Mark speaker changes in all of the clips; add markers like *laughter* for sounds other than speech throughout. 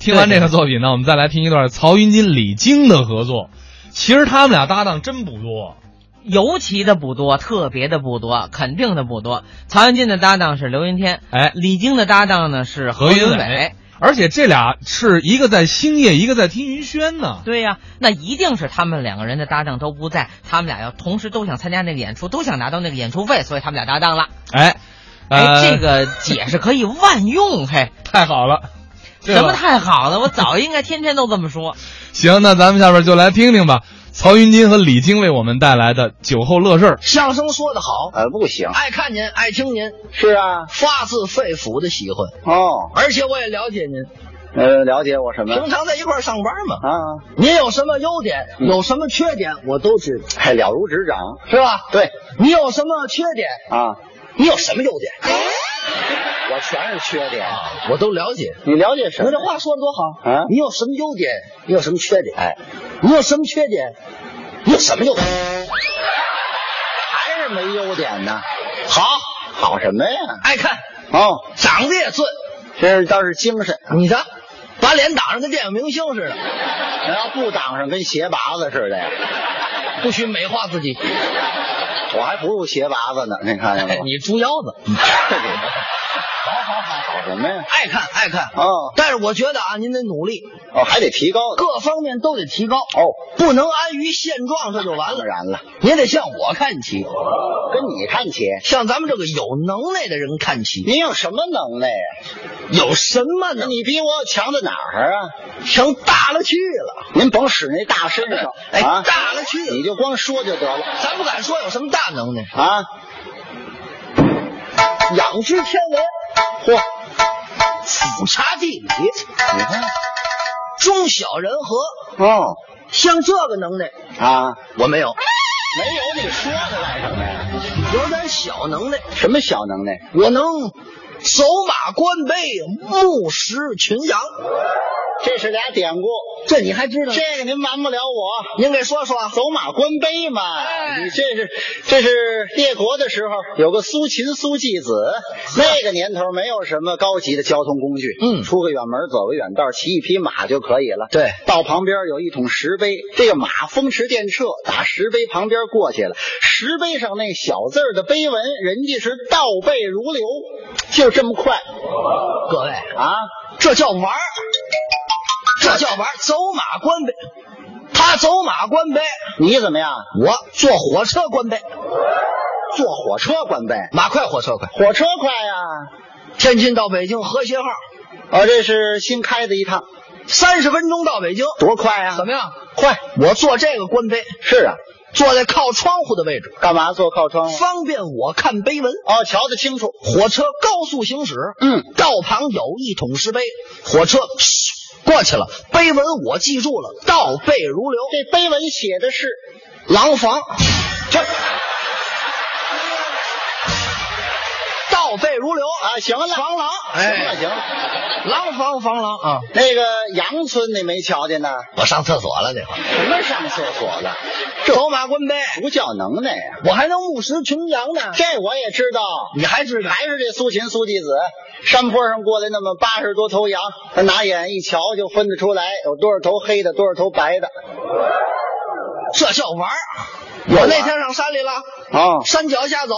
Speaker 1: 听完这个作品呢，我们再来听一段曹云金、李菁的合作。其实他们俩搭档真不多，
Speaker 2: 尤其的不多，特别的不多，肯定的不多。曹云金的搭档是刘云天，
Speaker 1: 哎
Speaker 2: 李菁的搭档呢是
Speaker 1: 何
Speaker 2: 云
Speaker 1: 云伟。而且这俩是一个在星夜，一个在听云轩呢。
Speaker 2: 对呀、那一定是他们两个人的搭档都不在，他们俩要同时都想参加那个演出，都想拿到那个演出费，所以他们俩搭档了。
Speaker 1: 哎，呃，
Speaker 2: 哎，这个解释可以万用，嘿，
Speaker 1: 太好了。对吧
Speaker 2: 什么太好了，我早应该天天都这么说。
Speaker 1: 行，那咱们下边就来听听吧，曹云金和李菁为我们带来的酒后乐事儿。
Speaker 3: 相声说得好，
Speaker 4: 呃，不行。
Speaker 3: 爱看您，爱听您，
Speaker 4: 是啊，
Speaker 3: 发自肺腑的喜欢，
Speaker 4: 哦，
Speaker 3: 而且我也了解您，
Speaker 4: 呃，了解我什么？
Speaker 3: 平常在一块儿上班嘛，
Speaker 4: 啊，嗯
Speaker 3: 您有什么优点，有什么缺点，我都知道，
Speaker 4: 还了如指掌。
Speaker 3: 是吧？
Speaker 4: 对
Speaker 3: 你有什么缺点，
Speaker 4: 啊，
Speaker 3: 你有什么优点，
Speaker 4: *laughs*
Speaker 3: 啊
Speaker 4: 我全是缺点。
Speaker 3: 我都了解。
Speaker 4: 你了解什
Speaker 3: 我
Speaker 4: 么？
Speaker 3: 这话说的多好
Speaker 4: 啊哎
Speaker 3: 你有什么优点，你有什么缺点？你有什么缺点，你有什么优点？
Speaker 4: 还是没优点呢？
Speaker 3: 好，
Speaker 4: 好什么呀？
Speaker 3: 爱看，
Speaker 4: 哦，
Speaker 3: 长得也俊，
Speaker 4: 这倒是精神。
Speaker 3: 你瞧，把脸挡上跟电影明星似的，
Speaker 4: 你要不挡上，跟鞋拔子似的呀。
Speaker 3: 不许美化自己，
Speaker 4: 我还不如鞋拔子呢，你看见没？
Speaker 3: 你猪腰子。
Speaker 4: *laughs* 好什么呀？
Speaker 3: 爱看爱看
Speaker 4: 哦
Speaker 3: 但是我觉得啊，您得努力，
Speaker 4: 哦，还得提高呢。
Speaker 3: 各方面都得提高
Speaker 4: 哦，
Speaker 3: 不能安于现状，这就完
Speaker 4: 当
Speaker 3: 了。
Speaker 4: 然了，
Speaker 3: 您得向我看齐，
Speaker 4: 跟你看齐。
Speaker 3: 向咱们这个有能耐的人看齐。
Speaker 4: 您有什么能耐呀？
Speaker 3: 有什么呢？
Speaker 4: 你比我强在哪儿啊？
Speaker 3: 成大了去了，
Speaker 4: 您甭使那大身上，
Speaker 3: 哎
Speaker 4: 啊，
Speaker 3: 大了去了
Speaker 4: 你就光说就得了
Speaker 3: 咱不敢说有什么大能耐，
Speaker 4: 啊。
Speaker 3: 仰之天文，
Speaker 4: 嚯，
Speaker 3: 俯察地理，
Speaker 4: 你看，
Speaker 3: 中小人和，
Speaker 4: 哦
Speaker 3: 像这个能耐
Speaker 4: 啊，
Speaker 3: 我没有，
Speaker 4: 没有你说它干什么呀？
Speaker 3: 有点小能耐，
Speaker 4: 什么小能耐？
Speaker 3: 我能走马观碑，目视群羊，
Speaker 4: 这是俩典故，
Speaker 3: 这你还知道呢？
Speaker 4: 这个您瞒不了我。
Speaker 3: 您给说说，
Speaker 4: 走马观碑嘛，
Speaker 3: 哎
Speaker 4: 你这是这是列国的时候有个苏秦苏季子，
Speaker 3: 啊
Speaker 4: 那个年头没有什么高级的交通工具，
Speaker 3: 嗯
Speaker 4: 出个远门走个远道，骑一匹马就可以了。
Speaker 3: 对
Speaker 4: 到旁边有一桶石碑，这个马风驰电掣打石碑旁边过去了，石碑上那小字儿的碑文，人家是倒背如流，就这么快
Speaker 3: 各位，
Speaker 4: 啊！
Speaker 3: 这叫玩儿，这叫玩儿。走马观碑，他走马观碑，
Speaker 4: 你怎么样？
Speaker 3: 我坐火车观碑，
Speaker 4: 坐火车观碑，
Speaker 3: 马快火车快，
Speaker 4: 火车快呀、
Speaker 3: 天津到北京和谐号，
Speaker 4: 哦，这是新开的一趟，
Speaker 3: 三十分钟到北京，
Speaker 4: 多快呀、
Speaker 3: 怎么样？
Speaker 4: 快！
Speaker 3: 我坐这个观碑，
Speaker 4: 是啊，
Speaker 3: 坐在靠窗户的位置，
Speaker 4: 干嘛坐靠窗户？
Speaker 3: 方便我看碑文。
Speaker 4: 哦，瞧得清楚。
Speaker 3: 火车高速行驶，
Speaker 4: 嗯，
Speaker 3: 道旁有一桶石碑，火车嘘过去了，碑文我记住了，倒背如流。
Speaker 4: 这碑文写的是
Speaker 3: 廊坊，
Speaker 4: 这
Speaker 3: 倒背如流啊！
Speaker 4: 啊，行了，
Speaker 3: 防狼
Speaker 4: 行
Speaker 3: 哎
Speaker 4: 了行了。
Speaker 3: 廊坊防狼啊！
Speaker 4: 那个杨村你没瞧见呢？
Speaker 3: 我上厕所了，这会儿。
Speaker 4: 什么上厕所了？
Speaker 3: 走马观碑，
Speaker 4: 不叫能耐呀、
Speaker 3: 我还能目视群羊呢。
Speaker 4: 这我也知道，
Speaker 3: 你还知道？
Speaker 4: 还是这苏秦苏季子，山坡上过来那么八十多头羊，他拿眼一瞧就分得出来有多少头黑的，多少头白的。
Speaker 3: 这叫玩儿。
Speaker 4: 有啊玩
Speaker 3: 我
Speaker 4: 儿
Speaker 3: 那天上山里了，
Speaker 4: 哦
Speaker 3: 山脚下走，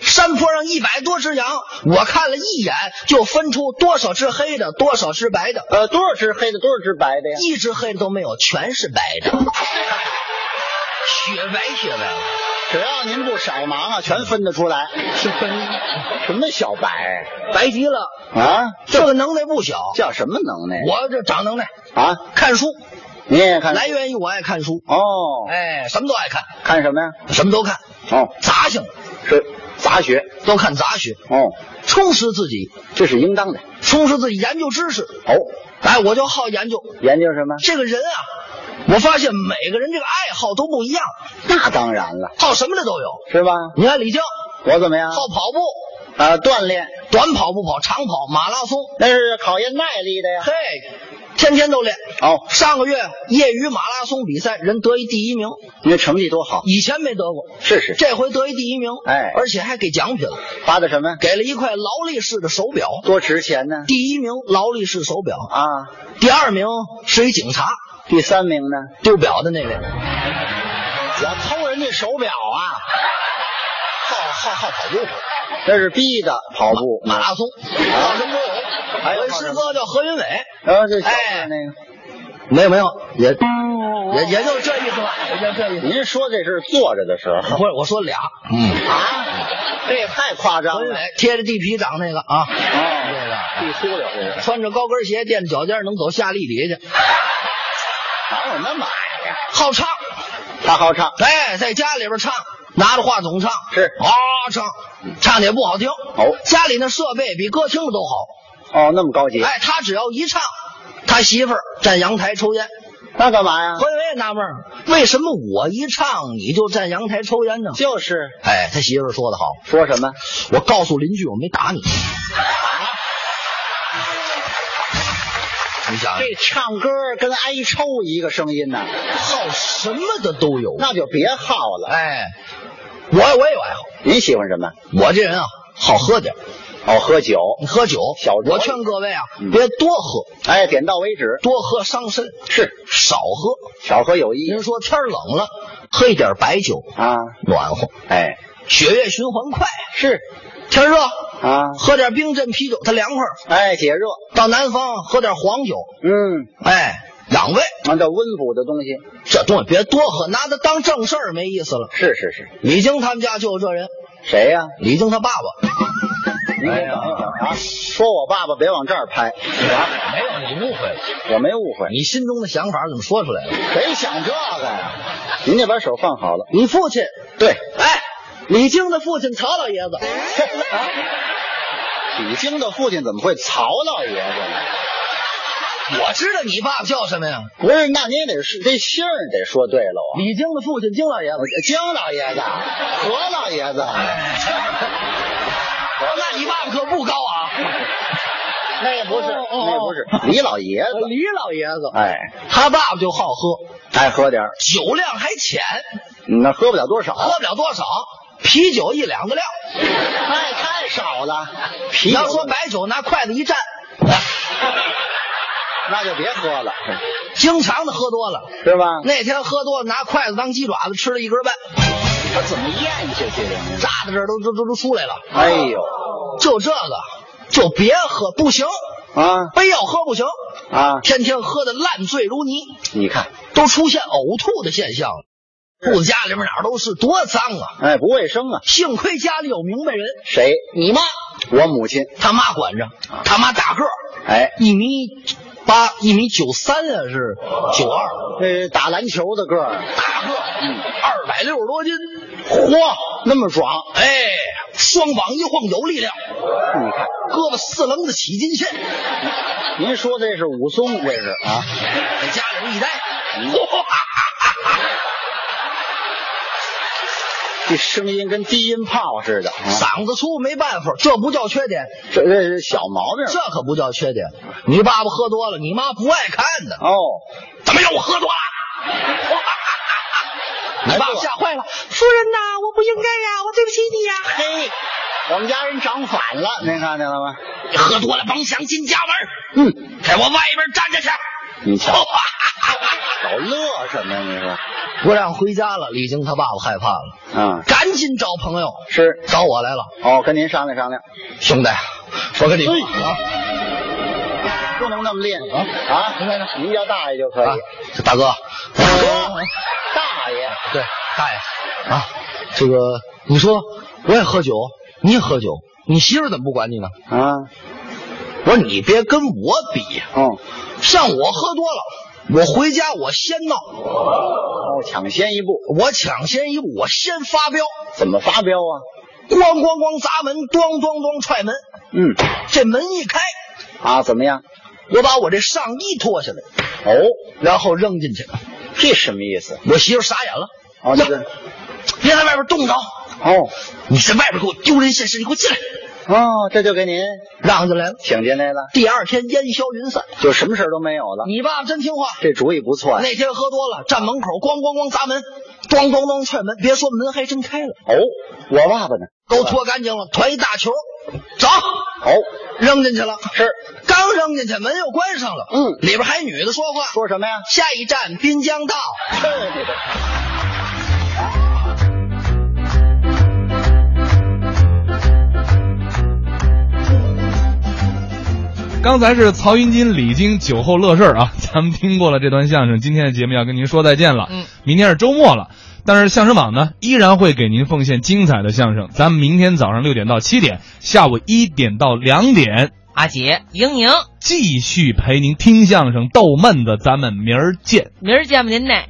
Speaker 3: 山坡上一百多只羊，我看了一眼就分出多少只黑的，多少只白的，
Speaker 4: 呃，多少只黑的，多少只白的呀？
Speaker 3: 一只黑的都没有，全是白的。雪白雪白了，
Speaker 4: 只要您不少忙啊，全分得出来。什么小白
Speaker 3: 白极了。
Speaker 4: 啊？
Speaker 3: 这个能耐不小，
Speaker 4: 叫什么能耐？
Speaker 3: 我这长能耐，
Speaker 4: 啊，
Speaker 3: 看书
Speaker 4: 你也看
Speaker 3: 来源于我爱看书，
Speaker 4: 哦，
Speaker 3: 哎，什么都爱看，
Speaker 4: 看什么呀？
Speaker 3: 什么都看，
Speaker 4: 哦，
Speaker 3: 杂性
Speaker 4: 是杂学
Speaker 3: 都看杂学，
Speaker 4: 哦，
Speaker 3: 充实自己，
Speaker 4: 这是应当的
Speaker 3: 充实自己，研究知识。
Speaker 4: 哦。
Speaker 3: 哎，我就好研究
Speaker 4: 研究什么？
Speaker 3: 这个人啊，我发现每个人这个爱好都不一样，
Speaker 4: 那当然了，
Speaker 3: 好什么的都有。
Speaker 4: 是吧？
Speaker 3: 你看李菁
Speaker 4: 我怎么样？
Speaker 3: 好跑步，
Speaker 4: 呃，锻炼
Speaker 3: 短跑不跑，长跑马拉松，
Speaker 4: 那是考验耐力的呀。
Speaker 3: 嘿，天天都练。
Speaker 4: 哦，
Speaker 3: 上个月业余马拉松比赛，人得一第一名，
Speaker 4: 那成绩多好，
Speaker 3: 以前没得过，
Speaker 4: 试试。
Speaker 3: 这回得一第一名，
Speaker 4: 哎
Speaker 3: 而且还给奖品了，
Speaker 4: 发的什么？
Speaker 3: 给了一块劳力士的手表。
Speaker 4: 多值钱呢？
Speaker 3: 第一名劳力士手表，
Speaker 4: 啊，
Speaker 3: 第二名是一警察
Speaker 4: 第三名呢？
Speaker 3: 丢表的那位，
Speaker 4: 我偷人家手表啊，
Speaker 3: 好好好跑步，
Speaker 4: 这是逼的跑步。
Speaker 3: 马拉
Speaker 4: 啊
Speaker 3: 松，跑什么都有。
Speaker 4: 还有
Speaker 3: 我的师哥叫何云伟，
Speaker 4: 然后这小的那个，
Speaker 3: 没有没有，也也也就这意思吧，也就这意思。
Speaker 4: 您说这是坐着的时候
Speaker 3: 不是，我说俩，嗯
Speaker 4: 啊？这也太夸张
Speaker 3: 何云
Speaker 4: 了。
Speaker 3: 伟贴着地皮长那个啊，
Speaker 4: 哦，地秃噜这是，
Speaker 3: 穿着高跟鞋垫着脚尖儿能走下立底去，
Speaker 4: 哪有那么矮呀？
Speaker 3: 好唱，
Speaker 4: 他好唱，
Speaker 3: 哎，在家里边唱，拿着话筒唱，
Speaker 4: 是
Speaker 3: 啊唱，唱的也不好听，
Speaker 4: 哦
Speaker 3: 家里那设备比歌厅的都好，
Speaker 4: 哦，那么高级，
Speaker 3: 哎，他只要一唱，他媳妇儿站阳台抽烟，
Speaker 4: 那干嘛呀？
Speaker 3: 何云伟也纳闷儿，为什么我一唱你就站阳台抽烟呢？
Speaker 4: 就是
Speaker 3: 哎，他媳妇儿说的好，
Speaker 4: 说什么
Speaker 3: 我告诉邻居我没打你。你想
Speaker 4: 这唱歌跟挨抽一个声音呐，
Speaker 3: 好什么的都有。
Speaker 4: 那就别好了。
Speaker 3: 哎，我我也有爱好，
Speaker 4: 您喜欢什么？
Speaker 3: 我这人啊好喝点儿，
Speaker 4: 哦，喝酒。
Speaker 3: 你喝酒
Speaker 4: 小酌
Speaker 3: 我劝各位啊，
Speaker 4: 嗯
Speaker 3: 别多喝，
Speaker 4: 哎，点到为止，
Speaker 3: 多喝伤身，
Speaker 4: 是
Speaker 3: 少喝。
Speaker 4: 少喝有益
Speaker 3: 您说天儿冷了，喝一点白酒
Speaker 4: 啊。
Speaker 3: 暖和，
Speaker 4: 哎，
Speaker 3: 血液循环快；
Speaker 4: 是
Speaker 3: 天儿热，
Speaker 4: 啊。
Speaker 3: 喝点冰镇啤酒，它凉快儿。
Speaker 4: 哎，解热。
Speaker 3: 到南方喝点黄酒，
Speaker 4: 嗯，
Speaker 3: 哎，养胃。
Speaker 4: 啊，这温补的东西。
Speaker 3: 这东西别多喝，拿它当正事儿没意思了。
Speaker 4: 是是是。
Speaker 3: 李菁他们家就有这人，
Speaker 4: 谁呀、
Speaker 3: 李菁他爸爸
Speaker 4: 您给等一等啊！说我爸爸别往这儿拍啊！
Speaker 3: 没有，你误会了，
Speaker 4: 我没误会，
Speaker 3: 你心中的想法怎么说出来了？
Speaker 4: 谁想这个呀？您就把手放好了。
Speaker 3: 你父亲，
Speaker 4: 对，
Speaker 3: 哎，李菁的父亲曹老爷
Speaker 4: *laughs*
Speaker 3: 子，
Speaker 4: 啊李菁的父亲怎么会曹老爷子呢？
Speaker 3: 我知道你爸爸叫什么呀？
Speaker 4: 不是，那您得是这姓儿得说对了啊！
Speaker 3: 李菁的父亲金老爷子，哎
Speaker 4: 姜老爷子，何老爷子，
Speaker 3: *laughs* 那你爸爸可不高啊，
Speaker 4: 那也不是，
Speaker 3: 哦哦
Speaker 4: 那也不是李老爷子。
Speaker 3: 李老爷子，
Speaker 4: 哎，
Speaker 3: 他爸爸就好喝，
Speaker 4: 爱喝点儿，
Speaker 3: 酒量还浅，
Speaker 4: 那喝不了多少，
Speaker 3: 喝不了多少，啤酒一两个量。
Speaker 4: 哎，太少了。
Speaker 3: 你
Speaker 4: 啤酒
Speaker 3: 要说白酒，拿筷子一蘸，
Speaker 4: 那就别喝了，
Speaker 3: 经常的喝多了。
Speaker 4: 是吧？
Speaker 3: 那天喝多了，拿筷子当鸡爪子吃了一根半，
Speaker 4: 他怎么咽下去的呢？
Speaker 3: 扎的这儿都都都都出来了。
Speaker 4: 哎呦
Speaker 3: 就这个，就别喝，不行，
Speaker 4: 啊
Speaker 3: 非要喝不行，
Speaker 4: 啊！
Speaker 3: 天天喝的烂醉如泥，
Speaker 4: 你看，
Speaker 3: 都出现呕吐的现象了。肚子家里面哪儿都是，多脏啊！
Speaker 4: 哎，不卫生啊！
Speaker 3: 幸亏家里有明白人，
Speaker 4: 谁？
Speaker 3: 你妈
Speaker 4: 我母亲。
Speaker 3: 他妈管着，他妈大个儿，
Speaker 4: 哎，
Speaker 3: 一米八，一米九三啊，是九二，
Speaker 4: 这打篮球的个儿，
Speaker 3: 大个儿，
Speaker 4: 嗯
Speaker 3: 二百六十多斤，
Speaker 4: 嚯，那么壮！
Speaker 3: 哎，双膀一晃有力量，
Speaker 4: 你看，
Speaker 3: 胳膊四棱子起筋线，
Speaker 4: 您说这是武松，这是啊？
Speaker 3: 在家里边一待，
Speaker 4: 嗯
Speaker 3: 哇，
Speaker 4: 这声音跟低音炮似的。啊、
Speaker 3: 嗓子粗没办法，这不叫缺点，
Speaker 4: 这这是小毛病。
Speaker 3: 这可不叫缺点。你爸爸喝多了，你妈不爱看的，
Speaker 4: 哦，
Speaker 3: 怎么又我喝多 *laughs* 了？你爸爸吓坏了，夫人呐，我不应该呀， *laughs* 我对不起你呀。
Speaker 4: 嘿，我们家人长反了，您看见了吗？
Speaker 3: 你喝多了甭想进家门，
Speaker 4: 嗯，
Speaker 3: 给我外边站着去。哦
Speaker 4: 你瞧，老乐什么呀？你说
Speaker 3: *laughs* 不让回家了，李菁他爸爸害怕了，
Speaker 4: 啊？
Speaker 3: 赶紧找朋友，
Speaker 4: 是
Speaker 3: 找我来了，
Speaker 4: 哦，跟您商量商量，
Speaker 3: 兄弟，我跟你说啊。
Speaker 4: 不能那么练啊啊！
Speaker 3: 明白了
Speaker 4: 您叫大爷就可以。
Speaker 3: 啊，大哥，大
Speaker 4: 哥，大爷，
Speaker 3: 对，大爷啊，这个你说我也喝酒，你也喝酒，你媳妇儿怎么不管你呢？
Speaker 4: 啊，
Speaker 3: 我说你别跟我比，
Speaker 4: 哦，
Speaker 3: 像我喝多了，我回家我先闹，
Speaker 4: 哦，抢先一步，
Speaker 3: 我抢先一步，我先发飙，
Speaker 4: 怎么发飙啊？
Speaker 3: 咣咣咣砸门，咣咣咣踹门，
Speaker 4: 嗯，
Speaker 3: 这门一开，
Speaker 4: 啊，怎么样？
Speaker 3: 我把我这上衣脱下来，
Speaker 4: 哦，
Speaker 3: 然后扔进去，
Speaker 4: 这什么意思？
Speaker 3: 我媳妇儿傻眼了，
Speaker 4: 哦，
Speaker 3: 呀
Speaker 4: 这个，
Speaker 3: 别在外边冻着，
Speaker 4: 哦，
Speaker 3: 你在外边给我丢人现世，你给我进来。
Speaker 4: 哦，这就给您
Speaker 3: 让进来了。
Speaker 4: 请进来了，
Speaker 3: 第二天烟消云散，
Speaker 4: 就什么事儿都没有了。
Speaker 3: 你爸爸真听话。
Speaker 4: 这主意不错呀。
Speaker 3: 那天喝多了，站门口咣咣咣砸门，咣咣咣踹门，别说门还真开了，
Speaker 4: 哦，我爸爸呢？
Speaker 3: 都脱干净了，团一大球，走，
Speaker 4: 哦，
Speaker 3: 扔进去了。
Speaker 4: 是，
Speaker 3: 刚扔进去，门又关上了。
Speaker 4: 嗯
Speaker 3: 里边还女的说话，
Speaker 4: 说什么呀？
Speaker 3: 下一站滨江道。
Speaker 1: 刚才是曹云金、李菁酒后乐事儿啊，咱们听过了这段相声，今天的节目要跟您说再见了。
Speaker 2: 嗯，
Speaker 1: 明天是周末了，但是相声网呢依然会给您奉献精彩的相声。咱们明天早上六点到七点，下午一点到两点，
Speaker 2: 阿杰、英宁，
Speaker 1: 继续陪您听相声、逗闷子。咱们明儿见。
Speaker 2: 明儿见吧您嘞。